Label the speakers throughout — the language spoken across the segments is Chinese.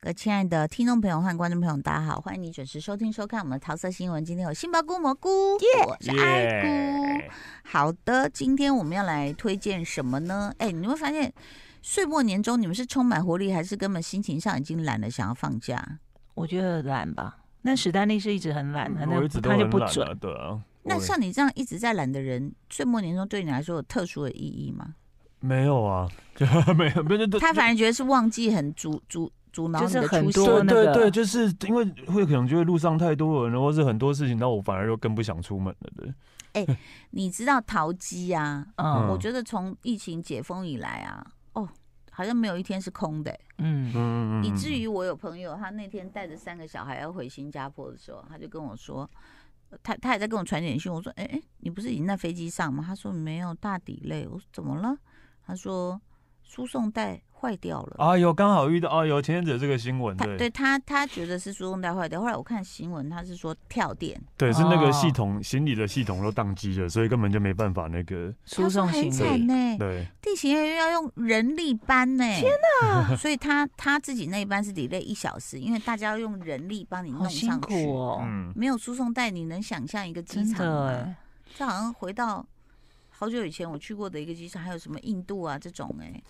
Speaker 1: 各位亲爱的听众朋友和观众朋友，大家好，欢迎你准时收听收看我们的桃色新闻。今天有杏鲍菇蘑菇我是爱菇。
Speaker 2: 耶
Speaker 1: 好的，今天我们要来推荐什么呢？哎，你会发现岁末年终，你们是充满活力，还是根本心情上已经懒了，想要放假？
Speaker 3: 我觉得懒吧。那史丹利是一直很懒的，那
Speaker 2: 嗯我一直都
Speaker 3: 他就
Speaker 2: 很
Speaker 3: 不
Speaker 2: 懒
Speaker 3: 准
Speaker 2: 啊，。对啊。
Speaker 1: 那
Speaker 2: 我
Speaker 1: 像你这样一直在懒的人，岁末年终对你来说有特殊的意义吗？
Speaker 2: 没有啊，就 没有，没有，就
Speaker 1: 他反而觉得是忘记很阻阻阻挠你
Speaker 3: 就
Speaker 1: 的
Speaker 3: 是很
Speaker 1: 出
Speaker 3: 多
Speaker 1: 现
Speaker 2: 对
Speaker 3: 那个
Speaker 2: 对对，就是因为会可能觉得路上太多人了，或是很多事情，那我反而就更不想出门了。对，
Speaker 1: 你知道淘机啊？
Speaker 2: 嗯
Speaker 1: 我觉得从疫情解封以来啊，哦，好像没有一天是空的欸、
Speaker 3: 嗯嗯，
Speaker 2: 嗯
Speaker 1: 以至于我有朋友，他那天带着三个小孩要回新加坡的时候，他就跟我说，呃他他也在跟我传简讯，我说，哎、哎，你不是已经在飞机上吗？他说没有，大抵累。我说怎么了？他说输送带坏掉了。
Speaker 3: 哦
Speaker 2: 哎呦，刚好遇到哎呦，前天子这个新闻，
Speaker 1: 他
Speaker 2: 对
Speaker 1: 对他，他觉得是输送带坏掉。后来我看新闻，他是说跳电，
Speaker 2: 对，是
Speaker 1: 哦
Speaker 2: 那个系统行李的系统都宕机了，所以根本就没办法那个
Speaker 1: 他
Speaker 3: 输
Speaker 1: 说
Speaker 3: 送
Speaker 1: 很
Speaker 3: 行
Speaker 2: 为
Speaker 1: 惨
Speaker 3: 李
Speaker 1: 呢、
Speaker 2: 对，
Speaker 1: 地勤人员要用人力搬呢、天哪！所以他他自己那一班是 delay 一小时，因为大家要用人力帮你
Speaker 3: 好
Speaker 1: 弄
Speaker 3: 辛
Speaker 1: 上去。
Speaker 3: 苦哦，
Speaker 2: 嗯，
Speaker 1: 没有输送带，你能想象一个机
Speaker 3: 真
Speaker 1: 场
Speaker 3: 的
Speaker 1: 吗？
Speaker 3: 哎。
Speaker 1: 这好像回到好久以前我去过的一个机场，还有什么印度啊这种哎、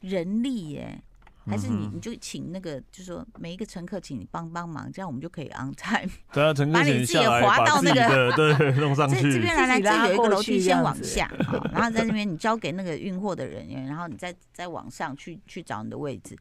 Speaker 1: 人力耶、还是你
Speaker 2: 嗯哼
Speaker 1: 你就请那个，就说每一个乘客请你帮帮忙，这样我们就可以 on time。
Speaker 2: 对啊，乘客
Speaker 1: 把你
Speaker 2: 请
Speaker 1: 自己
Speaker 2: 下来，
Speaker 1: 滑
Speaker 2: 把
Speaker 1: 到
Speaker 2: 自
Speaker 1: 那
Speaker 2: 己
Speaker 1: 个
Speaker 2: 的对弄上
Speaker 1: 这这
Speaker 2: 去，
Speaker 1: 边来来，
Speaker 3: 自己
Speaker 1: 这
Speaker 3: 拉
Speaker 1: 有一个
Speaker 3: 过
Speaker 1: 楼梯
Speaker 3: 去这
Speaker 1: 先
Speaker 3: 样
Speaker 1: 往
Speaker 3: 子
Speaker 1: 下，好然后在那边你交给那个运货的人员，然后你再再往上去去找你的位置。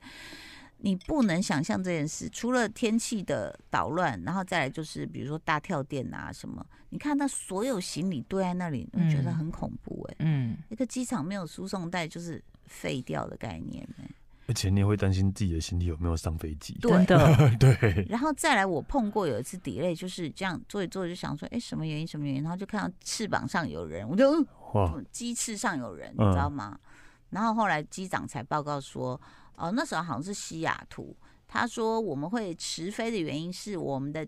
Speaker 1: 你不能想象这件事，除了天气的捣乱，然后再来就是比如说大跳电啊什么，你看那所有行李堆在那里，你会觉得
Speaker 3: 嗯
Speaker 1: 很恐怖哎、
Speaker 3: 嗯，
Speaker 1: 一个机场没有输送带就是废掉的概念、欸。
Speaker 2: 而且你也会担心自己的行李有没有上飞机，
Speaker 1: 对
Speaker 3: 真的，
Speaker 2: 对，
Speaker 1: 然后再来，我碰过有一次 delay，就是这样坐一坐就想说，哎，什么原因？什么原因？然后就看到翅膀上有人，我就嗯
Speaker 2: 哇，
Speaker 1: 鸡翅上有人，你
Speaker 2: 哦嗯
Speaker 1: 知道吗？然后后来机长才报告说，哦，那时候好像是西雅图，他说我们会迟飞的原因是我们的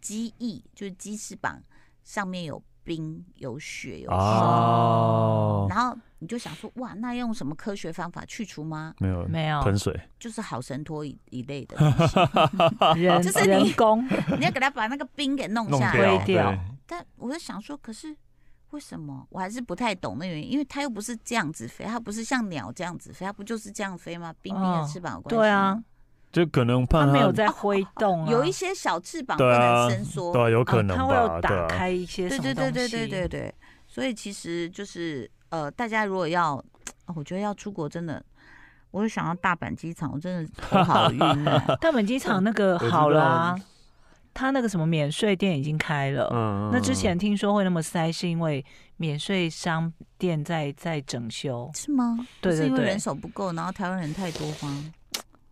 Speaker 1: 机翼，就是鸡翅膀上面有冰、有雪、有霜。
Speaker 2: 啊哦，
Speaker 1: 然后你就想说，哇，那用什么科学方法去除吗？
Speaker 2: 没有
Speaker 3: 没有
Speaker 2: 喷水，
Speaker 1: 就是好神拖一一类的东 西，
Speaker 3: 人
Speaker 1: 就是你
Speaker 3: 人工，
Speaker 1: 你要给他把那个冰给弄
Speaker 2: 弄
Speaker 1: 下
Speaker 3: 掉
Speaker 1: 来。
Speaker 3: 推掉
Speaker 2: 对
Speaker 1: 但我就想说，可是为什么？我还是不太懂那原因，因为它又不是这样子飞，它不是像鸟这样子飞，它不就是这样飞吗？冰冰的
Speaker 3: 哦
Speaker 1: 翅膀有关系、
Speaker 3: 对啊，，
Speaker 2: 就可能怕
Speaker 3: 他没
Speaker 2: 他
Speaker 3: 有在挥动啊，
Speaker 1: 哦有一些小翅膀不
Speaker 2: 对啊
Speaker 1: 能伸缩，
Speaker 2: 对啊，有可
Speaker 3: 哦
Speaker 2: 能
Speaker 3: 他会
Speaker 2: 吧，
Speaker 3: 有
Speaker 2: 对
Speaker 3: 打
Speaker 2: 啊，
Speaker 3: 开一些
Speaker 1: 对
Speaker 3: 什
Speaker 1: 对
Speaker 3: 么
Speaker 1: 对
Speaker 3: 东
Speaker 1: 对
Speaker 3: 西，。
Speaker 1: 对对对，所以其实就是呃，大家如果要，哦我觉得要出国真的。我就想到大阪机场，我真的头好晕哦
Speaker 3: 大本机场那个
Speaker 2: 知道
Speaker 3: 好啦、他那个什么免税店已经开了。
Speaker 2: 嗯
Speaker 3: 那之前听说会那么塞，是因为免税商店在在整修。
Speaker 1: 是吗？
Speaker 3: 对
Speaker 1: 是
Speaker 3: 对
Speaker 1: 因为人
Speaker 3: 对，
Speaker 1: 手不够，然后台湾人太多吗？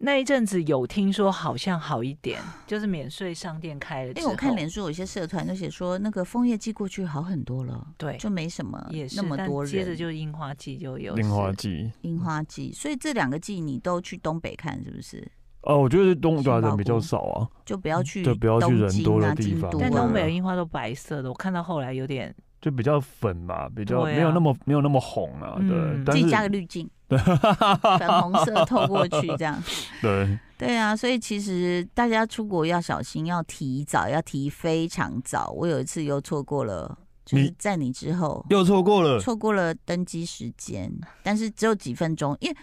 Speaker 3: 那一阵子有听说好像好一 点，就是免税商店开了之
Speaker 1: 因
Speaker 3: 后。
Speaker 1: 为我看脸书有一些社团就写说，那个枫叶季过去好很多了，
Speaker 3: 对
Speaker 1: 就没什么
Speaker 3: 也是，
Speaker 1: 那么
Speaker 3: 但
Speaker 1: 多
Speaker 3: 接着
Speaker 1: 人。
Speaker 3: 就樱花季就有
Speaker 2: 樱嗯花
Speaker 3: 事
Speaker 2: 季
Speaker 1: 樱花季，所以这两个季你都去东北看，是不是？
Speaker 2: 哦，我觉得东对啊
Speaker 1: 杏鲍
Speaker 2: 人比较
Speaker 1: 菇
Speaker 2: 少啊，
Speaker 1: 就不要去
Speaker 2: 对不要去
Speaker 1: 东
Speaker 2: 人
Speaker 1: 京
Speaker 2: 多的
Speaker 1: 啊
Speaker 2: 地
Speaker 1: 京
Speaker 2: 方
Speaker 1: 都啊
Speaker 3: 但
Speaker 2: 对啊
Speaker 3: 东北的樱花都白色的，我看到后来有点
Speaker 2: 就比较粉嘛，比较
Speaker 3: 对啊
Speaker 2: 没有那么没有那么红啊，对，
Speaker 3: 嗯
Speaker 2: 但
Speaker 1: 自己
Speaker 2: 是
Speaker 1: 加个滤镜，粉红 色透过去这样。
Speaker 2: 对，
Speaker 1: 对啊，所以其实大家出国要小心，要提早，要提非常早。我有一次又错过了，就是
Speaker 2: 你
Speaker 1: 在你之后
Speaker 2: 又错过 了，
Speaker 1: 错过了登机时间，但是只有几分钟，因为。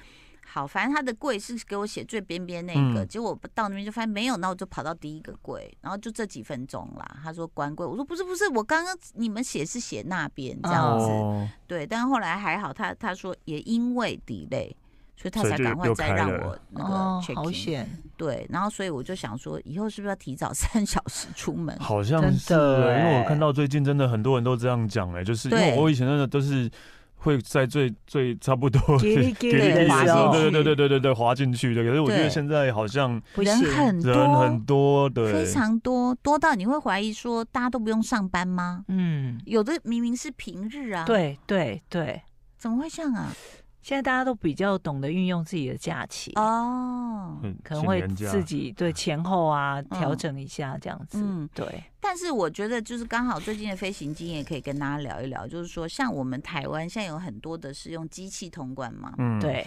Speaker 1: 好，反正他的柜是给我写最边边那个，
Speaker 2: 嗯
Speaker 1: 结果我到那边就发现没有，那我就跑到第一个柜，然后就这几分钟啦。他说关柜，我说不是不是，我刚刚你们写是写那边这样子，
Speaker 2: 哦，
Speaker 1: 对，但后来还好他，他说也因为 delay，所以他
Speaker 2: 所以
Speaker 1: 才
Speaker 2: 就
Speaker 1: 赶快
Speaker 2: 又
Speaker 1: 再
Speaker 2: 开
Speaker 1: 让
Speaker 2: 了
Speaker 1: 我那个
Speaker 3: 哦，
Speaker 1: check in、
Speaker 3: 好险，
Speaker 1: 对，然后所以我就想说，以后是不是要提早三 小时出门？
Speaker 3: 哦
Speaker 2: 好像
Speaker 3: 真
Speaker 2: 是
Speaker 3: 的
Speaker 2: 欸，因为我
Speaker 3: 欸
Speaker 2: 看到最近真的很多人都这样讲哎，就是因为
Speaker 1: 对
Speaker 2: 我以前真的都是会在最最差不多
Speaker 3: 叽里叽
Speaker 2: 给
Speaker 3: 里
Speaker 2: 力
Speaker 3: 的
Speaker 2: 的
Speaker 1: 滑
Speaker 2: 时
Speaker 3: 时
Speaker 2: 候
Speaker 3: 候
Speaker 2: 对对对对对对滑进去的，可是我觉
Speaker 1: 对
Speaker 2: 得现在好像
Speaker 3: 不
Speaker 1: 人
Speaker 3: 行，
Speaker 1: 很多，
Speaker 2: 人很多，对，
Speaker 1: 非常多，多到你会怀疑说，大家都不用上班吗？
Speaker 3: 嗯，
Speaker 1: 有的明明是平日啊，，
Speaker 3: 对对对，
Speaker 1: 怎么会这样啊？
Speaker 3: 现在大家都比较懂得运用自己的假期，
Speaker 1: 哦，
Speaker 2: 嗯
Speaker 3: 可能
Speaker 2: 请
Speaker 3: 会
Speaker 2: 人家
Speaker 3: 自己对前后啊调
Speaker 1: 嗯
Speaker 3: 整一下这样子。
Speaker 1: 嗯
Speaker 3: 对，
Speaker 1: 但是我觉得就是刚好最近的飞行经验可以跟大家聊一聊，就是说像我们台湾现在有很多的是用机器通关嘛，
Speaker 2: 嗯，
Speaker 3: 对，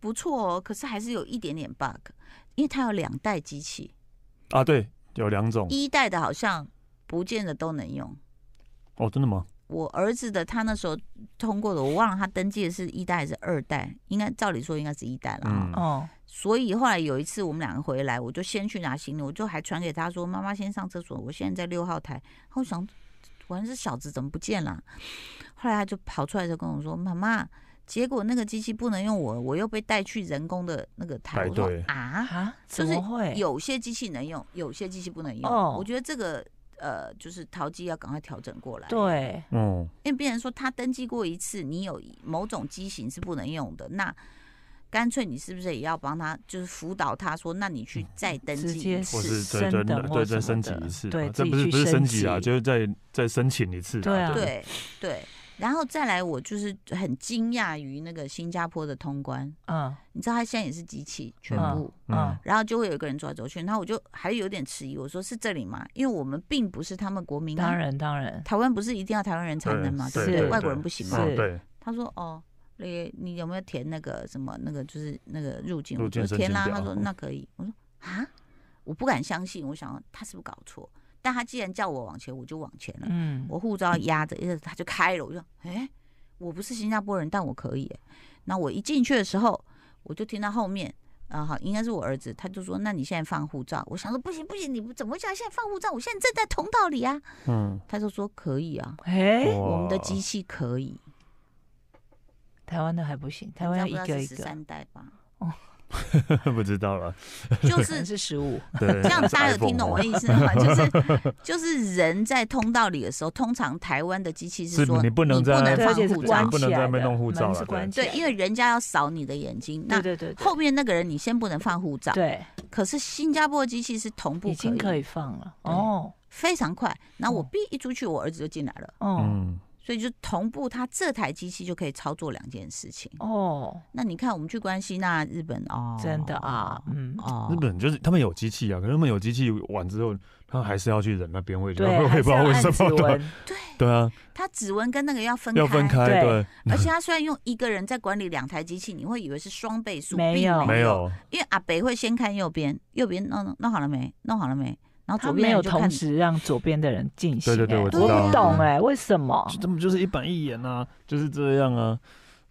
Speaker 1: 不错哦，可是还是有一点点 bug。因为它有两代机器，
Speaker 2: 啊，对，有两种
Speaker 1: 一代的好像不见得都能用。
Speaker 2: 哦，真的吗？
Speaker 1: 我儿子的他那时候通过的，我忘了他登记的是一代还是二代，应该照理说应该是一代了啊。
Speaker 2: 嗯，
Speaker 3: 哦，
Speaker 1: 所以后来有一次我们两个回来，我就先去拿行李，我就还传给他说：“妈妈先上厕所，我现在在六号台。”我想，完这小子怎么不见了？后来他就跑出来就跟我说：“妈妈，结果那个机器不能用我，我又被带去人工的那个台。”
Speaker 2: 排
Speaker 1: 我说
Speaker 2: 队：“
Speaker 1: 啊，
Speaker 3: 啊，
Speaker 1: 就
Speaker 3: 怎
Speaker 1: 是
Speaker 3: 么会？
Speaker 1: 有些机器能用，有些机器不能用。
Speaker 3: 哦
Speaker 1: 我觉得这个呃，就是淘机要赶快调整过来。，
Speaker 3: 对，
Speaker 2: 哦，
Speaker 1: 因为别人说他登记过一次，你有某种机型是不能用的，那干脆你是不是也要帮他，就是辅导他说，那你去再登
Speaker 3: 直
Speaker 1: 记
Speaker 3: 接
Speaker 1: 一
Speaker 2: 或
Speaker 1: 次？
Speaker 2: 是
Speaker 3: 是
Speaker 2: 对对
Speaker 3: 升等
Speaker 2: 对再
Speaker 3: 或什
Speaker 2: 升
Speaker 3: 么
Speaker 2: 级
Speaker 3: 的
Speaker 2: 一次啊，
Speaker 3: 对
Speaker 2: 这
Speaker 3: 自己
Speaker 2: 不是
Speaker 3: 去
Speaker 2: 不是升
Speaker 3: 升
Speaker 2: 级啊，
Speaker 3: 级
Speaker 2: 就是再再申请一次啊，
Speaker 3: 对啊
Speaker 2: 对
Speaker 1: 对对。然后再来，我就是很惊讶于那个新加坡的通关，
Speaker 3: 嗯
Speaker 1: 你知道他现在也是机器全部。
Speaker 2: 嗯
Speaker 3: 嗯，
Speaker 1: 然后就会有一个人走来走去，然后我就还有点迟疑，我说是这里吗？因为我们并不是他们国民啊，
Speaker 3: 当然当然，
Speaker 1: 台湾不是一定要台湾人才能嘛，对
Speaker 2: 对
Speaker 1: 不
Speaker 3: 是
Speaker 1: 对？外国人不行嘛。
Speaker 2: 嗯
Speaker 3: 是
Speaker 2: 对，
Speaker 1: 他说哦，你你有没有填那个什么那个就是那个入境？
Speaker 2: 入境
Speaker 1: 我
Speaker 2: 申
Speaker 1: 说填啦。啊
Speaker 2: 请表
Speaker 1: 他 说那可以。我说啊，我不敢相信，我想他是不是搞错？但他既然叫我往前，我就往前了。
Speaker 3: 嗯，
Speaker 1: 我护照压着，因为他就开了。我就哎、诶我不是新加坡人，但我可以、欸。那我一进去的时候，我就听到后面。啊，好，应该是我儿子，他就说：“那你现在放护照。”我想说：“不行不行，你不怎么会叫他现在放护照？我现在正在同道里啊。
Speaker 2: 嗯”，
Speaker 1: 他就说：“可以啊，
Speaker 3: 哎，
Speaker 1: 我们的
Speaker 2: 哇
Speaker 1: 机器可以。”
Speaker 3: 台湾的还不行，台湾要一个一
Speaker 1: 十
Speaker 3: 个，
Speaker 1: 三代吧，
Speaker 2: 不知道了，
Speaker 1: 就
Speaker 3: 可
Speaker 1: 是
Speaker 3: 能是十五，
Speaker 2: 对，
Speaker 1: 这样，
Speaker 2: 是
Speaker 1: 大家有
Speaker 2: iPhone
Speaker 1: 听懂
Speaker 2: 哦
Speaker 1: 我的意思吗？ 就是就是人在通道里的时候，通常台湾的机器
Speaker 2: 是
Speaker 1: 说
Speaker 2: 你不能在
Speaker 1: 放
Speaker 2: 对
Speaker 3: 而且是
Speaker 1: 护
Speaker 2: 关
Speaker 1: 照
Speaker 2: 起，
Speaker 3: 关
Speaker 2: 不
Speaker 3: 起
Speaker 2: 能在
Speaker 3: 来
Speaker 2: 那边弄护照
Speaker 3: 门
Speaker 2: 了
Speaker 3: 是关起来
Speaker 1: 对，
Speaker 3: 的，
Speaker 1: 因为人家要扫你的眼睛，那
Speaker 3: 对对对对
Speaker 1: 后面那个人你先不能放护照。
Speaker 3: 对
Speaker 1: 可是新加坡的机器是同步
Speaker 3: 已经可
Speaker 1: 以，
Speaker 3: 以放了
Speaker 1: 对
Speaker 3: 哦
Speaker 1: 非常快。然后我
Speaker 3: 嗯
Speaker 1: 哔一出去，我儿子就进来了，
Speaker 3: 哦
Speaker 2: 嗯，
Speaker 1: 所以就同步他这台机器就可以操作两件事情。
Speaker 3: 哦，
Speaker 1: 那你看，我们去关西那日本哦，
Speaker 3: 真的啊，嗯，
Speaker 1: 哦，
Speaker 2: 日本就是他们有机器啊，可是他们有机器完之后，他还是要去人那边喂，
Speaker 3: 对，
Speaker 2: 我
Speaker 3: 还
Speaker 2: 也不知
Speaker 3: 是
Speaker 2: 道
Speaker 3: 要
Speaker 2: 为
Speaker 3: 按
Speaker 2: 什
Speaker 3: 指
Speaker 2: 么，对啊
Speaker 3: 纹
Speaker 1: 对，
Speaker 2: 对啊，
Speaker 1: 他指纹跟那个要分
Speaker 2: 要分开，
Speaker 3: 对
Speaker 2: 对，
Speaker 1: 而且他虽然用一个人在管理两台机器，你会以为是双倍速，
Speaker 3: 没
Speaker 1: 并
Speaker 3: 有
Speaker 2: 没有，
Speaker 1: 因为阿北会先看右边，右边弄弄好了没，弄好了没，然后
Speaker 3: 他
Speaker 1: 左
Speaker 3: 没
Speaker 1: 边
Speaker 3: 有
Speaker 1: 人就看
Speaker 3: 同
Speaker 1: 你
Speaker 3: 时让左边的人进行、
Speaker 2: 对对对
Speaker 3: 哎
Speaker 2: 我
Speaker 3: 我
Speaker 2: 知嗯
Speaker 1: 道
Speaker 3: 不懂哎、为什么？
Speaker 2: 就哦他们就是一板一眼啊，就是这样啊，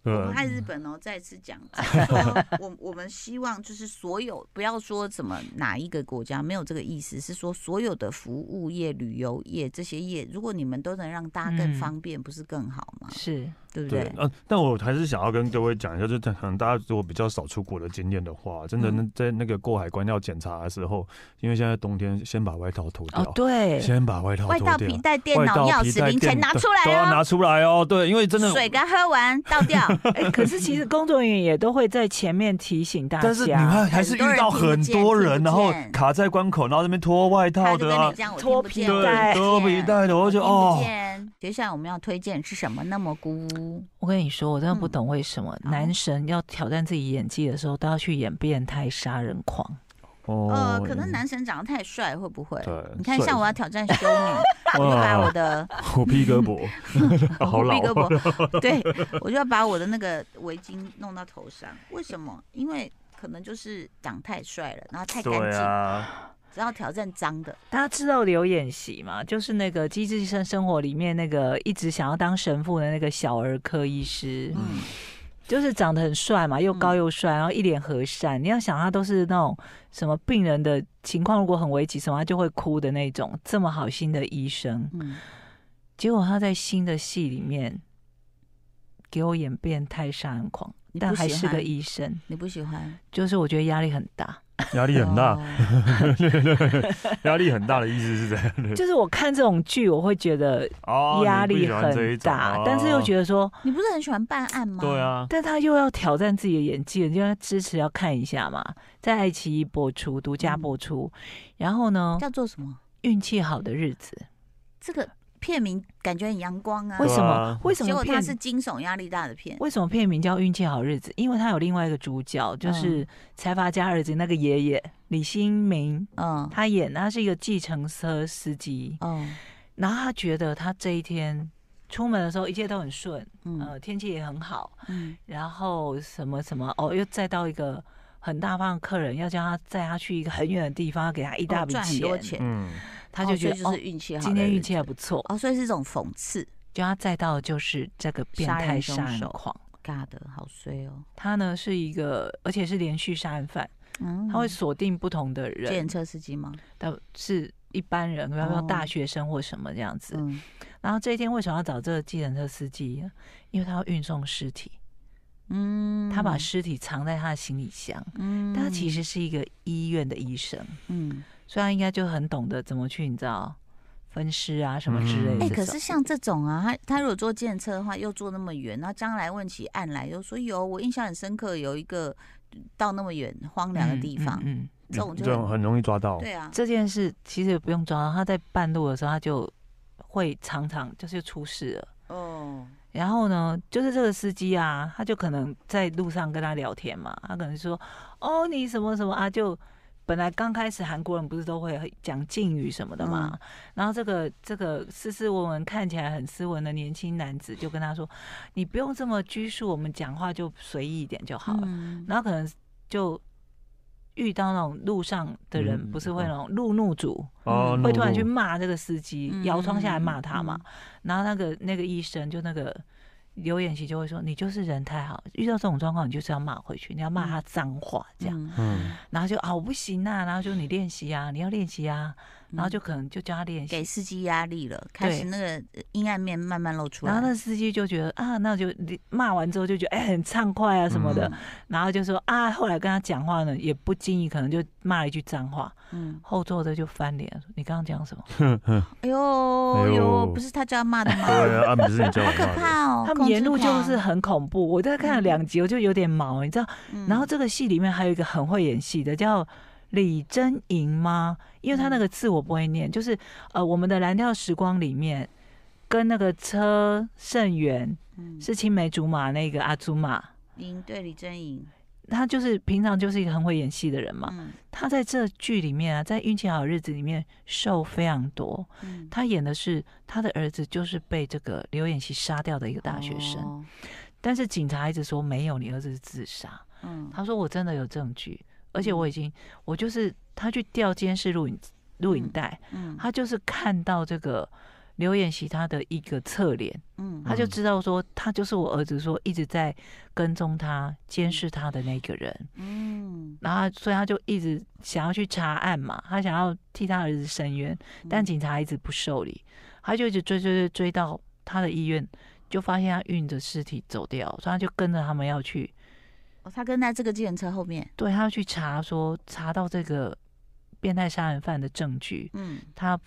Speaker 2: 对
Speaker 1: 我
Speaker 2: 啊
Speaker 1: 们，爱日本哦，再次 讲，就是说我我们希望就是所有不要说什么哪一个国家没有这个意思，是说所有的服务业、旅游业这些业，如果你们都能让大家更
Speaker 3: 嗯
Speaker 1: 方便，不是更好吗？
Speaker 3: 是
Speaker 1: 对不
Speaker 2: 对
Speaker 1: 对？
Speaker 2: 啊，但我还是想要跟各位讲一下，就是可能大家如果比较少出国的经验的话，真的
Speaker 1: 嗯
Speaker 2: 那在那个过海关要检查的时候，因为现在冬天，先把外套脱
Speaker 3: 哦
Speaker 2: 掉，，
Speaker 3: 对，
Speaker 2: 先把外套
Speaker 1: 外
Speaker 2: 脱
Speaker 1: 套、
Speaker 2: 掉
Speaker 1: 皮。带、电脑、
Speaker 2: 外套
Speaker 1: 钥
Speaker 2: 皮
Speaker 1: 匙、
Speaker 2: 带
Speaker 1: 零钱
Speaker 2: 电
Speaker 1: 拿
Speaker 2: 脑
Speaker 1: 出
Speaker 2: 都
Speaker 1: 来
Speaker 2: 要
Speaker 1: 哦，
Speaker 2: 拿出来哦，对，因为真的
Speaker 1: 水给他喝完倒掉，
Speaker 3: 哎、可是其实工作人员也都会在前面提醒大家，
Speaker 2: 但是你看，还是遇到很多人，
Speaker 1: 很多人听不见
Speaker 2: 然后
Speaker 1: 听不见
Speaker 2: 卡在关口，然后那边脱外
Speaker 1: 他
Speaker 2: 套
Speaker 1: 就
Speaker 2: 的
Speaker 1: 跟
Speaker 2: 啊
Speaker 1: 你，讲，我听
Speaker 3: 脱
Speaker 1: 不
Speaker 3: 皮
Speaker 1: 见我
Speaker 3: 带
Speaker 1: 听不
Speaker 2: 对，脱
Speaker 1: 见
Speaker 2: 皮带的，我就
Speaker 1: 我
Speaker 2: 哦
Speaker 1: 听不，见。接下来我们要推荐是什么呢？蘑菇
Speaker 3: 我跟你说，我真的不懂为什么、
Speaker 1: 好
Speaker 3: 男神要挑战自己演技的时候，都要去演变态杀人狂。
Speaker 1: 呃
Speaker 2: 哦，，
Speaker 1: 可能男神长得太帅，会不会？
Speaker 2: 对
Speaker 1: 你看，
Speaker 2: 帅
Speaker 1: 像我要挑战修 女，我就把 我的
Speaker 2: 虎皮胳膊， 好老
Speaker 1: 毕哥
Speaker 2: 哦，
Speaker 1: 伯，对我就要把我的那个围巾弄到头上。为什么？因为可能就是长太帅了，然后太干
Speaker 2: 对
Speaker 1: 净，
Speaker 2: 啊，
Speaker 1: 只要挑战脏的，
Speaker 3: 大家知道刘演习吗？就是那个《机智生生活》里面那个一直想要当神父的那个小儿科医师，
Speaker 1: 嗯，
Speaker 3: 就是长得很帅嘛，又
Speaker 1: 嗯
Speaker 3: 高又帅，然后一脸和善。你要想，他都是那种什么病人的情况，如果很危急什么，他就会哭的那种，这么好心的医生。
Speaker 1: 嗯，
Speaker 3: 结果他在新的戏里面给我演变态杀人狂，
Speaker 1: 你
Speaker 3: 但
Speaker 1: 不
Speaker 3: 还
Speaker 1: 喜
Speaker 3: 是个
Speaker 1: 欢，
Speaker 3: 医生，
Speaker 1: 你不喜欢，
Speaker 3: 就是我觉得压力很大。
Speaker 2: 压力很大
Speaker 1: 哦，。
Speaker 2: 压力很大的意思是这样的，
Speaker 3: 就是我看这种剧，我会觉得
Speaker 2: 哦，
Speaker 3: 压
Speaker 2: 你不
Speaker 3: 力
Speaker 2: 喜欢这一
Speaker 3: 很
Speaker 2: 种
Speaker 3: 大，但是又觉得说，
Speaker 1: 你不是很喜欢办案
Speaker 2: 哦
Speaker 1: 吗？
Speaker 2: 对， 啊，
Speaker 3: 但他又要挑战自己的演技，人家支持要看一下嘛，在爱奇艺播出，独家播出。然后呢，
Speaker 1: 叫做什么？
Speaker 3: 运气好的日子，
Speaker 1: 这个片名感觉很阳光啊
Speaker 3: 为，什么？
Speaker 2: 啊
Speaker 3: 为什
Speaker 1: 结
Speaker 3: 么
Speaker 1: 果
Speaker 3: 片
Speaker 1: 它是惊悚压力大的片，
Speaker 3: 为什么片名叫运气好日子？因为他有另外一个主角，
Speaker 1: 嗯
Speaker 3: 就是财阀家儿子那个爷爷李新民，
Speaker 1: 嗯，
Speaker 3: 他演他是一个计程车司机，
Speaker 1: 哦，
Speaker 3: 然后他觉得他这一天出门的时候一切都很顺，
Speaker 1: 嗯
Speaker 3: 呃，天气也很好，
Speaker 1: 嗯
Speaker 3: 然后什么什么哦，又再到一个很大方的客人，要叫他载他去一个很远的地方，要给他一
Speaker 1: 一
Speaker 3: 大笔
Speaker 1: 哦赚很多钱，
Speaker 3: 钱，
Speaker 2: 嗯，
Speaker 3: 他就
Speaker 1: 哦所以
Speaker 3: 觉得
Speaker 1: 就
Speaker 3: 哦
Speaker 1: 是，运气好的日子，
Speaker 3: 今天运气还不错，
Speaker 1: 哦，所以是一种讽刺，
Speaker 3: 就他载到的就是这个变
Speaker 1: 杀
Speaker 3: 态
Speaker 1: 人凶
Speaker 3: 杀人
Speaker 1: 手
Speaker 3: 狂。
Speaker 1: 尬的好衰哦，
Speaker 3: 他呢是一个，而且是连续杀人犯，
Speaker 1: 嗯，
Speaker 3: 他会锁定不同的
Speaker 1: 计
Speaker 3: 人
Speaker 1: 程，车司机吗？
Speaker 3: 但是一般人，比方说
Speaker 1: 哦
Speaker 3: 大学生或什么这样子。
Speaker 1: 嗯，
Speaker 3: 然后这一天为什么要找这个计程车司机呢？因为他要运送尸体，
Speaker 1: 嗯，
Speaker 3: 他把尸体藏在他的行李箱。
Speaker 1: 嗯，
Speaker 3: 但他其实是一个医院的医生，
Speaker 1: 嗯，
Speaker 3: 所以他应该就很懂得怎么去，你知道分尸啊什么之类
Speaker 2: 嗯
Speaker 3: 的。
Speaker 1: 哎、可是像这种啊，他他如果坐电车的话，又坐那么远，然后将来问起案来，又说有，我印象很深刻，有一个到那么远荒凉的地方，
Speaker 3: 嗯嗯嗯
Speaker 1: 这种就
Speaker 2: 这种很容易抓到。
Speaker 1: 对啊，
Speaker 3: 这件事其实也不用抓到，他在半路的时候他就会常常就是出事了。
Speaker 1: 哦，
Speaker 3: 然后呢，就是这个司机啊，他就可能在路上跟他聊天嘛，他可能说：“哦，你什么什么啊？”就本来刚开始韩国人不是都会讲敬语什么的嘛，
Speaker 1: 嗯
Speaker 3: 然后这个这个斯斯文文看起来很斯文的年轻男子就跟他说：“哦你不用这么拘束，我们讲话就随意一点就好了。
Speaker 1: 嗯
Speaker 3: 然后可能就遇到那种路上的人，
Speaker 2: 嗯
Speaker 3: 不是会那种路怒族，
Speaker 2: 哦，
Speaker 3: 会突然
Speaker 2: 怒
Speaker 3: 去
Speaker 2: 路
Speaker 3: 骂这个司机，
Speaker 1: 嗯
Speaker 3: 摇窗下来骂他嘛
Speaker 1: 嗯。
Speaker 3: 然后那个那个医生就那个刘演熙就会说：“你就是人太好，遇到这种状况你就是要骂回去，你要骂他脏话这样。
Speaker 1: 嗯
Speaker 2: 嗯，
Speaker 3: 然后就啊我不行啊，然后就你练习啊，你要练习啊，然后就可能就教他练习
Speaker 1: 嗯给。司机压力了，开始那个呃阴暗面慢慢露出来，
Speaker 3: 然后那司机就觉得啊，那就骂完之后就觉得哎、很畅快啊什么的，
Speaker 1: 嗯
Speaker 3: 然后就说啊，后来跟他讲话呢也不经意可能就骂了一句脏话，
Speaker 1: 嗯，
Speaker 3: 后座的就翻脸说你刚刚讲什么？嗯
Speaker 1: 哎呦
Speaker 2: 哎呦
Speaker 1: 呦，不是他叫他骂 的吗？
Speaker 2: 对啊，啊不是你叫我
Speaker 1: 好可
Speaker 2: 骂的，
Speaker 1: 怕哦！
Speaker 3: 他们
Speaker 1: 控制
Speaker 3: 沿路就
Speaker 1: 狂
Speaker 3: 是，很恐怖。我在看了两集，我就有点毛，你知道。
Speaker 1: 嗯
Speaker 3: 然后这个戏里面还有一个很会演戏的，叫李真莹吗？因为他那个字我不会
Speaker 1: 嗯
Speaker 3: 念，就是呃，我们的《蓝调时光》里面跟那个车胜元
Speaker 1: 嗯
Speaker 3: 是青梅竹马那个阿祖玛，
Speaker 1: 赢对李真颖，
Speaker 3: 他就是平常就是一个很会演戏的人嘛。
Speaker 1: 嗯
Speaker 3: 他在这剧里面啊，在《运气好日子》里面瘦非常多。
Speaker 1: 嗯，
Speaker 3: 他演的是他的儿子，就是被这个刘演熙杀掉的一个大学生。
Speaker 1: 哦，
Speaker 3: 但是警察一直说没有，你儿子是自杀。
Speaker 1: 嗯，
Speaker 3: 他说我真的有证据，而且我已经，我就是他去调监视录影录影带，
Speaker 1: 嗯，
Speaker 3: 他就是看到这个刘演习他的一个侧脸，
Speaker 1: 嗯，
Speaker 3: 他就知道说他就是我儿子，说一直在跟踪他、监视他的那个人，
Speaker 1: 嗯，
Speaker 3: 然后所以他就一直想要去查案嘛，他想要替他儿子申冤，
Speaker 1: 嗯
Speaker 3: 但警察一直不受理，他就一直追追追追到他的医院，就发现他运着尸体走掉，所以他就跟着他们要去，
Speaker 1: 哦他跟在这个计程车后面，
Speaker 3: 对他要去查说查到这个变态杀人犯的证据，
Speaker 1: 嗯
Speaker 3: 他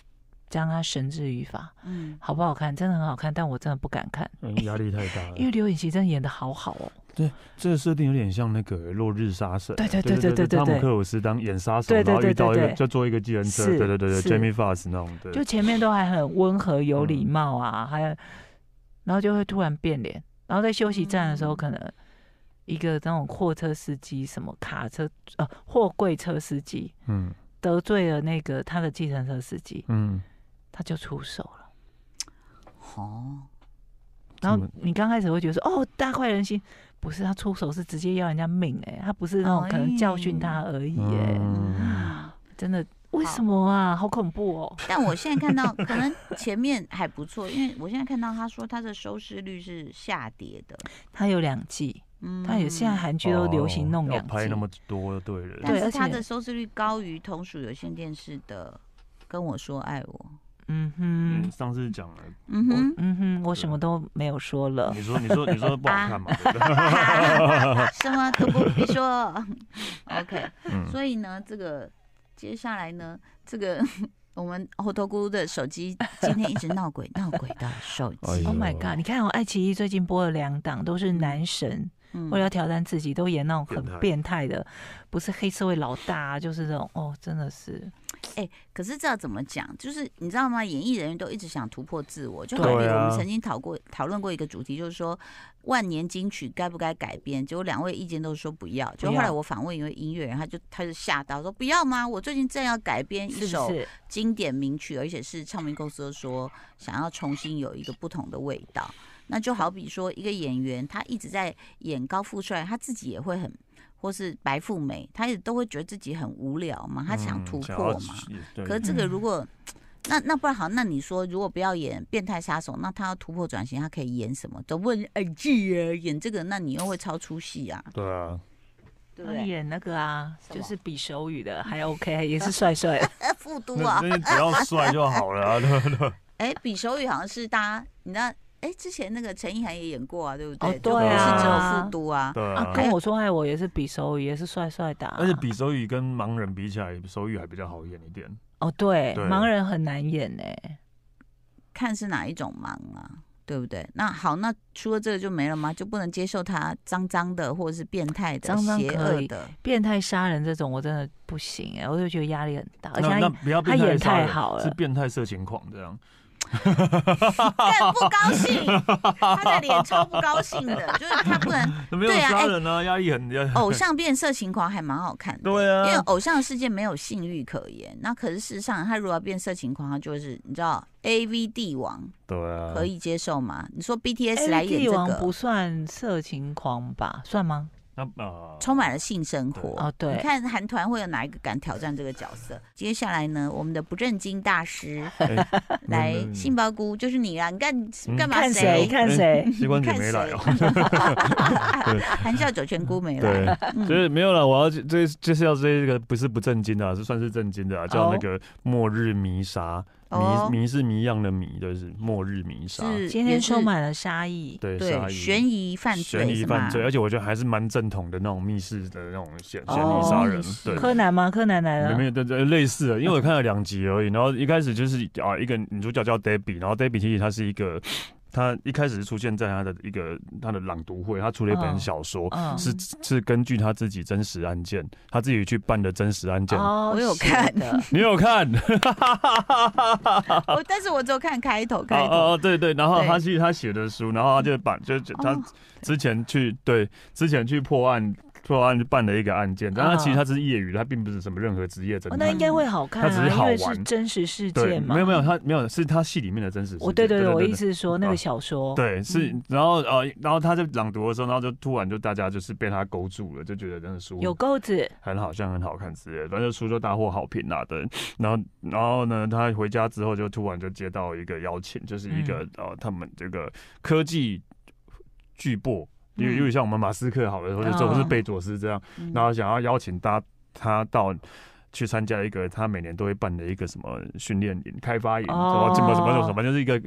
Speaker 3: 将他绳之于法，
Speaker 1: 嗯，
Speaker 3: 好不好看？真的很好看，但我真的不敢看，
Speaker 2: 嗯压力太大了
Speaker 3: 因。为刘演熙真的演的好好哦，
Speaker 2: 这个设定有点像那个《落日杀神》，啊
Speaker 3: 对对对
Speaker 2: 对
Speaker 3: 对对对
Speaker 2: 汤
Speaker 3: 对
Speaker 2: 姆克鲁斯当演杀手，
Speaker 3: 对对
Speaker 2: 然后
Speaker 3: 对
Speaker 2: 遇到一
Speaker 3: 对
Speaker 2: 个
Speaker 3: 对
Speaker 2: 就做一个计程车，
Speaker 3: 是
Speaker 2: 对对对对
Speaker 3: 是
Speaker 2: ，Jamie Foxx 那种，
Speaker 3: 就
Speaker 2: 对，嗯
Speaker 3: 前面都还很温和有礼貌啊，还有然后就会突然变脸，然后在休息站的时候
Speaker 1: 嗯
Speaker 3: 可能。一个那种货车司机，什么卡车呃货柜车司机，
Speaker 2: 嗯
Speaker 3: 得罪了那个他的计程车司机，
Speaker 2: 嗯，
Speaker 3: 他就出手了。
Speaker 1: 哦，
Speaker 3: 然
Speaker 2: 这
Speaker 3: 后
Speaker 2: 么
Speaker 3: 你刚开始会觉得说，哦，大快人心，不是他出手是直接要人家命、欸，他不是那种
Speaker 1: 哎
Speaker 3: 可能教训他而已、欸，
Speaker 2: 嗯，
Speaker 3: 真的，为什么啊？好恐怖哦！
Speaker 1: 但我现在看到，可能前面还不错，因为我现在看到他说他的收视率是下跌的，
Speaker 3: 他有两季，
Speaker 1: 嗯，
Speaker 3: 他也现在韩剧都流行弄
Speaker 2: 哦要
Speaker 3: 两季，
Speaker 2: 拍那么多，对了，
Speaker 1: 但
Speaker 3: 对而
Speaker 1: 是他
Speaker 3: 且
Speaker 1: 的收视率高于同属有线电视的。跟我说爱我，
Speaker 3: 嗯
Speaker 2: 嗯，
Speaker 3: 哼，
Speaker 2: 上次讲了，
Speaker 1: 嗯哼，
Speaker 3: 嗯哼，我什么都没有说了
Speaker 2: 你，说你说你说不好看 嘛，对不对
Speaker 1: 什么都不必说，OK。
Speaker 2: 嗯，
Speaker 1: 所以呢，这个接下来呢，这个 我们猴头菇的手机今天一直闹鬼，闹鬼的手
Speaker 2: 哎
Speaker 1: 机
Speaker 2: 呦。
Speaker 3: Oh my god！你看哦，爱奇艺最近播了两档，都是男神，
Speaker 1: 嗯
Speaker 3: 为了挑战自己，都演那种
Speaker 2: 变
Speaker 3: 很
Speaker 2: 态
Speaker 3: 变态的，不是黑社会老大、啊，就是这种哦，真的是
Speaker 1: 可是这要怎么讲？就是你知道吗？演艺人员都一直想突破自我，就好
Speaker 2: 对
Speaker 1: 比我
Speaker 2: 啊
Speaker 1: 们曾经讨过讨论过一个主题，就是说万年金曲该不该改编？结果两位意见都说不要。就后来我访问一位音乐人，他就他就吓到说不要吗？我最近正要改编一
Speaker 3: 是
Speaker 1: 首
Speaker 3: 不是？
Speaker 1: 经典名曲，而且是唱片公司都说想要重新有一个不同的味道。那就好比说，一个演员他一直在演高富帅，他自己也会很或是白富美，她也都会觉得自己很无聊嘛，她想
Speaker 2: 嗯
Speaker 1: 突
Speaker 2: 想
Speaker 1: 破
Speaker 2: 要
Speaker 1: 嘛。
Speaker 2: 也对
Speaker 1: 可是这个如果、那那不然好，那你说如果不要演变态杀手，那他要突破转型，他可以演什么？都问哎剧啊，演这个，那你又会超出戏啊，
Speaker 2: 对 啊，
Speaker 1: 对不
Speaker 3: 他
Speaker 1: 对？
Speaker 3: 演那个啊，
Speaker 1: 什么
Speaker 3: 就是比手语的还 OK，也是帅帅的。
Speaker 1: 哎，复都
Speaker 2: 那
Speaker 1: 啊，
Speaker 2: 那你只要帅就好了啊， 对不对？
Speaker 1: 哎，比手语好像是大家，你知道，哎，之前那个陈意涵也演过啊，对不对？
Speaker 3: 哦
Speaker 1: 就
Speaker 2: 对啊
Speaker 1: 不是只有复都 啊，
Speaker 2: 对
Speaker 3: 啊，
Speaker 2: 啊。
Speaker 3: 跟我说爱我也是比手语，也是帅帅的啊。
Speaker 2: 而且比手语跟盲人比起来，手语还比较好演一点。
Speaker 3: 哦，对，
Speaker 2: 对
Speaker 3: 盲人很难演呢。
Speaker 1: 看是哪一种忙啊。对不对？那好，那除了这个就没了吗？就不能接受他脏脏的，或者是变态的、
Speaker 3: 脏脏
Speaker 1: 邪
Speaker 3: 可
Speaker 1: 恶
Speaker 3: 以
Speaker 1: 的？
Speaker 3: 变态杀人这种我真的不行哎，我就觉得压力很大，而且
Speaker 2: 那那
Speaker 3: 他
Speaker 2: 不要
Speaker 3: 他
Speaker 2: 变态
Speaker 3: 演
Speaker 2: 杀
Speaker 3: 太
Speaker 2: 人
Speaker 3: 好
Speaker 2: 是
Speaker 3: 了
Speaker 2: 变态色情狂 这样。
Speaker 1: 更不高 兴，他的脸超不高兴的，就是他不能
Speaker 2: 那没有
Speaker 1: 对啊
Speaker 2: 杀
Speaker 1: 哎
Speaker 2: 人啊，压力很 压。
Speaker 1: 偶像变色情狂还蛮好看的，
Speaker 2: 对啊
Speaker 1: 因为偶像的世界没有性欲可言。那可是事实上，他如果要变色情狂，他就是你知道 A V 帝王
Speaker 2: 对啊，
Speaker 1: 可以接受吗？你说 BTS 来
Speaker 3: A
Speaker 1: 演
Speaker 3: 帝
Speaker 1: 这
Speaker 3: 王不
Speaker 1: 个，
Speaker 3: 算色情狂吧？算吗？
Speaker 2: 那啊，
Speaker 1: 充 满了性生活。
Speaker 3: 哦，对
Speaker 1: 你，看韩团会有哪一个敢挑战这个角色？接下来呢，我们的不正经大师
Speaker 2: 哎
Speaker 1: 来
Speaker 2: 没有没有
Speaker 1: 杏鲍菇，就是你啦！你干
Speaker 2: 嗯
Speaker 1: 干嘛
Speaker 3: 看谁看谁，
Speaker 2: 膝关节
Speaker 1: 看
Speaker 2: 没来哦。 对
Speaker 1: 含笑九泉菇没
Speaker 2: 对
Speaker 1: 来，嗯
Speaker 2: 所以没有了，我要这介绍这个不是不正经的、啊，是算是正经的、啊，叫那个《末日迷杀》，
Speaker 1: 哦
Speaker 2: 迷迷是迷样的迷，就是《末日迷杀》。
Speaker 1: 是
Speaker 3: 今
Speaker 1: 也
Speaker 3: 天
Speaker 1: 是
Speaker 3: 充满了杀意。
Speaker 2: 对，
Speaker 1: 对
Speaker 2: 杀
Speaker 1: 悬
Speaker 2: 疑
Speaker 1: 疑犯罪，
Speaker 2: 悬疑犯罪，而且我觉得还是蛮正统的那种密室的那种嫌嫌疑杀
Speaker 3: 哦
Speaker 2: 人
Speaker 1: 密，室
Speaker 2: 对。
Speaker 3: 柯南吗？柯南来
Speaker 2: 没
Speaker 3: 了
Speaker 2: 没。有对对类似的，因为我看了两集而已。然后一开始就是啊，一个女主角叫 Debbie，然后 Debbie 其实她是一个，她一开始是出现在她的一个她的朗读会，她出了一本
Speaker 3: 嗯
Speaker 2: 小说，
Speaker 3: 嗯
Speaker 2: 是是根据她自己真实案件，她自己去办的真实案件。
Speaker 3: 哦
Speaker 1: 我有
Speaker 3: 写
Speaker 1: 看
Speaker 3: 的，
Speaker 2: 你有看？
Speaker 1: 我但是我只有看开头，
Speaker 2: 哦
Speaker 1: 开头。
Speaker 2: 哦哦，对对，然后
Speaker 1: 对
Speaker 2: 他去他写的书，然后他就把就就他
Speaker 1: 哦
Speaker 2: 之前去对之前去破案破案办了一个案件，但他
Speaker 3: 哦
Speaker 2: 其实他只是业余，他并不是什么任何职业侦
Speaker 3: 哦
Speaker 2: 探。
Speaker 3: 那应该会好看
Speaker 2: 它只
Speaker 3: 啊，
Speaker 2: 是
Speaker 3: 因
Speaker 2: 好
Speaker 3: 为是
Speaker 2: 玩
Speaker 3: 真实事
Speaker 2: 对，
Speaker 3: 件嘛。
Speaker 2: 没有没有，，他没有是他戏里面的真实事件。
Speaker 3: 我哦对对对，我意
Speaker 2: 对啊
Speaker 3: 思是说那个小说。
Speaker 2: 对是
Speaker 3: 嗯，
Speaker 2: 然后呃，然后他在朗读的时候，然后就突然就大家就是被他勾住了，就觉得那个书
Speaker 3: 有钩子，
Speaker 2: 很好像很好看之类的，反正书就大获好评啦对，然后然后呢，他回家之后就突然就接到一个邀请，就是一
Speaker 3: 嗯
Speaker 2: 个、呃他们这个科技巨擘，有有点像我们马斯克好了，或者
Speaker 3: 嗯
Speaker 2: 或是贝佐斯这样，
Speaker 1: 嗯
Speaker 2: 然后想要邀请他他到。去参加一个他每年都会办的一个什么训练营、开发营，什么
Speaker 3: 哦
Speaker 2: 什么什么什么，就是一个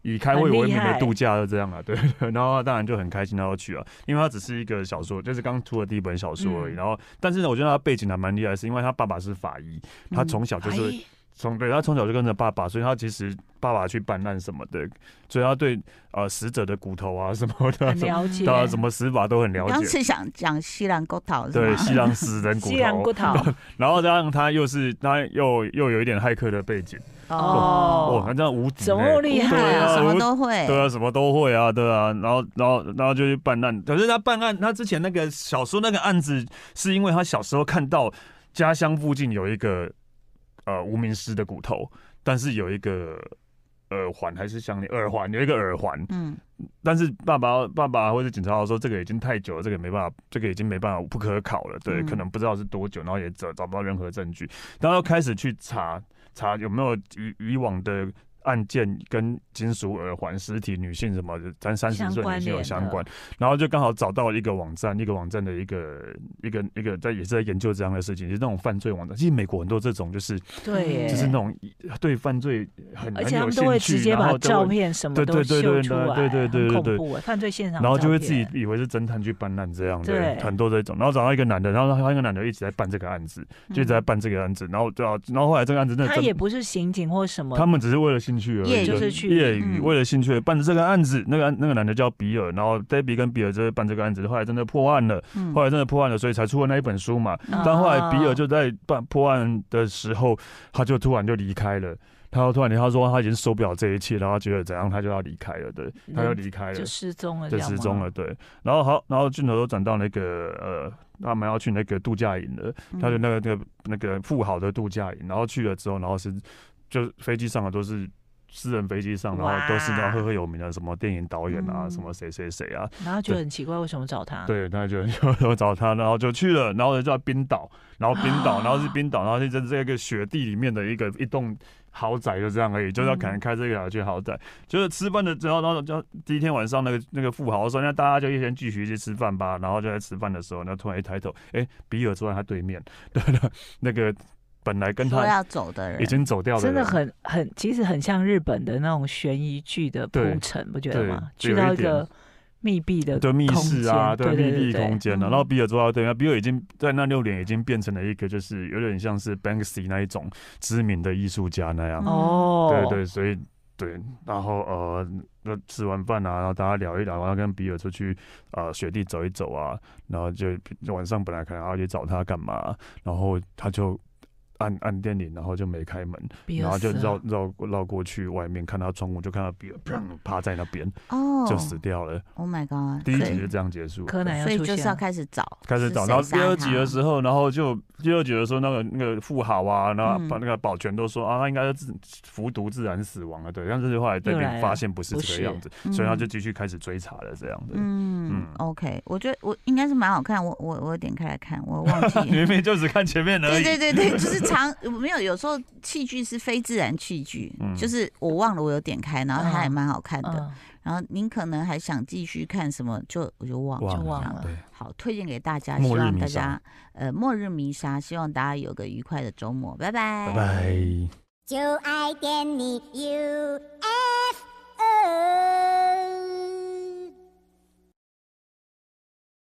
Speaker 2: 以开会为名
Speaker 3: 很厉
Speaker 2: 的
Speaker 3: 害
Speaker 2: 度假的这样啊， 对。然后他当然就很开心，他要去啊，因为他只是一个小说，就是刚出的第一本小说而已。
Speaker 3: 嗯
Speaker 2: 然后，但是呢，我觉得他背景还蛮厉害，是因为他爸爸是法医，他从小就是
Speaker 3: 哎
Speaker 2: 从对他从小就跟着爸爸，所以他其实爸爸去办案什么的，所以他对呃死者的骨头啊什么的
Speaker 3: 很，
Speaker 2: 什么
Speaker 3: 了解。
Speaker 2: 对啊，什么死法都很了
Speaker 1: 刚
Speaker 2: 解。
Speaker 1: 是想讲西兰沟桃是
Speaker 2: 对，
Speaker 1: 吗？
Speaker 2: 西洋死人骨
Speaker 3: 西洋
Speaker 2: 头
Speaker 3: 骨，头
Speaker 2: 然后加上他又是他又又有一点骇客的背景，
Speaker 1: 哦
Speaker 2: 哦，他这样无敌
Speaker 3: 怎么
Speaker 2: 欸。
Speaker 3: 厉
Speaker 1: 对
Speaker 3: 害
Speaker 1: 啊，
Speaker 2: 对啊
Speaker 1: 什么
Speaker 2: 我
Speaker 1: 都会。
Speaker 2: 对啊，什么都会啊，对啊，然后然后然后就去办案。可是他办案，他之前那个小说那个案子，是因为他小时候看到家乡附近有一个呃无名尸的骨头，但是有一个耳环还是项链，耳环有一个耳环，
Speaker 1: 嗯，
Speaker 2: 但是爸爸爸爸或者警察说这个已经太久了，这个没办法，这个已经没办法不可考了，对，
Speaker 1: 嗯
Speaker 2: 可能不知道是多久，然后也找找不到任何证据，然后又开始去查查有没有以以往的案件跟金属耳环、尸体、女性什么的，咱三十
Speaker 3: 相
Speaker 2: 岁
Speaker 3: 关
Speaker 2: 女性有
Speaker 3: 联
Speaker 2: 相
Speaker 3: 的
Speaker 2: 关，然后就刚好找到一个网站，一个网站的一个一个一个在也是在研究这样的事情，就是那种犯罪网站，其实美国很多这种就是
Speaker 3: 对耶，
Speaker 2: 就是那种对犯罪很
Speaker 3: 而
Speaker 2: 嗯很
Speaker 3: 且他
Speaker 2: 有
Speaker 3: 们都会
Speaker 2: 兴
Speaker 3: 直
Speaker 2: 趣，
Speaker 3: 接
Speaker 2: 然
Speaker 3: 把
Speaker 2: 后就
Speaker 3: 照
Speaker 2: 会。
Speaker 3: 片什么
Speaker 2: 对
Speaker 3: 都
Speaker 2: 对对
Speaker 3: 秀
Speaker 2: 对
Speaker 3: 出
Speaker 2: 对
Speaker 3: 来，
Speaker 2: 对对对
Speaker 3: 很
Speaker 2: 对
Speaker 3: 恐怖耶，啊犯罪现场，
Speaker 2: 然后就会自己。以为是侦探去办案这样，对，
Speaker 3: 对
Speaker 2: 很多这种。然后找到一个男的，然后他那个男的一直在办这个案子，
Speaker 1: 嗯
Speaker 2: 就一直在办这个案子。然后对啊，然后后来这个案子真的
Speaker 3: 嗯他也
Speaker 2: 真，
Speaker 3: 不是刑警或什么，
Speaker 2: 他们只是为了兴趣而
Speaker 1: 业
Speaker 2: 已，
Speaker 1: 余
Speaker 3: 就是去
Speaker 2: 业余
Speaker 1: 嗯
Speaker 2: 为了兴趣办这个案子。那个案那个男的叫比尔，然后 Debbie 跟比尔就办这个案子，后来真的破案了，
Speaker 1: 嗯
Speaker 2: 后来真的破案了，所以才出了那一本书嘛。
Speaker 1: 嗯
Speaker 2: 但后来比尔
Speaker 3: 哦
Speaker 2: 就在办破案的时候，他就突然就离开了。他突然离开，他说他已经受不了这一切，然后他觉得怎样，他就要离开了，对，他就
Speaker 3: 嗯
Speaker 2: 离开了，
Speaker 3: 就失踪了，
Speaker 2: 就
Speaker 3: 这样
Speaker 2: 失
Speaker 3: 吗
Speaker 2: 踪了，。对。然后好，然后镜头都转到那个呃，他们要去那个度假营了，他就那个那
Speaker 3: 嗯
Speaker 2: 个那个富豪的度假营，然后去了之后，然后是就是飞机上的都是私人飞机上，然后都是那种赫赫有名的什么电影导演啊，
Speaker 1: 嗯
Speaker 2: 什么谁谁谁啊，
Speaker 3: 然后觉得很奇怪，为什么找他？，
Speaker 2: 对，那就 就就找他，然后就去了，然后就到冰岛，然后冰岛，然后
Speaker 3: 哦
Speaker 2: 是冰岛，然后就在这个雪地里面的一个一栋豪宅，就这样而已，就是要
Speaker 3: 嗯
Speaker 2: 可能开这个小区豪宅，就是吃饭的时候，然后就第一天晚上那个那个富豪说，那大家就一人继续去吃饭吧，然后就在吃饭的时候，然后突然一抬头，哎，比尔坐在他对面， 对的，那个本来跟
Speaker 1: 说
Speaker 2: 他
Speaker 1: 要走的人
Speaker 2: 已经走掉的人，
Speaker 3: 真的很很，其实很像日本的那种悬疑剧的铺
Speaker 2: 对
Speaker 3: 陈，不觉得
Speaker 2: 对
Speaker 3: 吗？
Speaker 2: 就
Speaker 3: 去
Speaker 2: 有一
Speaker 3: 到一
Speaker 2: 点
Speaker 3: 个密闭的
Speaker 2: 对密
Speaker 3: 空
Speaker 2: 室
Speaker 3: 间
Speaker 2: 啊，
Speaker 3: 对
Speaker 2: 密
Speaker 3: 对
Speaker 2: 闭
Speaker 3: 对对
Speaker 2: 空间的、
Speaker 1: 嗯
Speaker 2: 然后比尔坐到对面，呃比尔已经在那六年已经变成了一个就是有点像是 Banksy 那一种知名的艺术家那样。
Speaker 1: 嗯
Speaker 3: 哦，
Speaker 2: 对对，所以对，然后呃，那吃完饭啊，然后大家聊一聊，然后跟比尔出去呃雪地走一走啊，然后就晚上本来可能要去找他干嘛，然后他就。按按电铃，然后就没开门，
Speaker 3: 比
Speaker 2: 然
Speaker 3: 尔
Speaker 2: 后就
Speaker 3: 死
Speaker 2: 绕
Speaker 3: 了
Speaker 2: 绕绕过去外面，看他窗户就看到比尔砰趴在那边
Speaker 1: 哦
Speaker 2: 就死掉了。
Speaker 1: ，Oh my God！
Speaker 2: 第一
Speaker 1: 所
Speaker 2: 集
Speaker 1: 以
Speaker 2: 就这样结束了。
Speaker 3: 柯南又
Speaker 1: 所以
Speaker 3: 出
Speaker 1: 就是
Speaker 3: 现
Speaker 1: 要
Speaker 3: 了
Speaker 1: 开始找，
Speaker 2: 开始找，
Speaker 1: 是
Speaker 2: 然后
Speaker 1: 谁
Speaker 2: 第二
Speaker 1: 杀
Speaker 2: 集的
Speaker 1: 他
Speaker 2: 时候，然后就第二集的时候，那个那个富豪啊，然后
Speaker 1: 嗯
Speaker 2: 把那个保全都说、啊，他应该是自服毒自然死亡了，啊对，但是后来这
Speaker 3: 又来
Speaker 2: 边
Speaker 3: 了
Speaker 2: 发现不是
Speaker 3: 不
Speaker 2: 这
Speaker 3: 是
Speaker 2: 个样子，所以他
Speaker 1: 嗯
Speaker 2: 就继续开始追查了这样子。
Speaker 1: 嗯
Speaker 2: 嗯
Speaker 1: ，OK，我觉得我应该是蛮好看，我我我点开来看，我忘 记
Speaker 2: 明明就只看前面 而
Speaker 1: 对
Speaker 2: 已，
Speaker 1: 对对对，就是常没有，有时候器具是非自然器具，
Speaker 2: 嗯
Speaker 1: 就是我忘了我有点开，然后它还蛮好看的。
Speaker 3: 嗯，
Speaker 1: 然后您可能还想继续看什么，就我就忘了。嗯
Speaker 2: 忘
Speaker 3: 就忘
Speaker 2: 了
Speaker 3: 了
Speaker 2: 对，
Speaker 1: 好，推荐给大家，希
Speaker 2: 末日
Speaker 1: 望大
Speaker 2: 弥撒
Speaker 1: 家呃末日弥撒，希望大家有个愉快的周末，拜
Speaker 2: 拜拜。
Speaker 4: 就爱点你 UFO。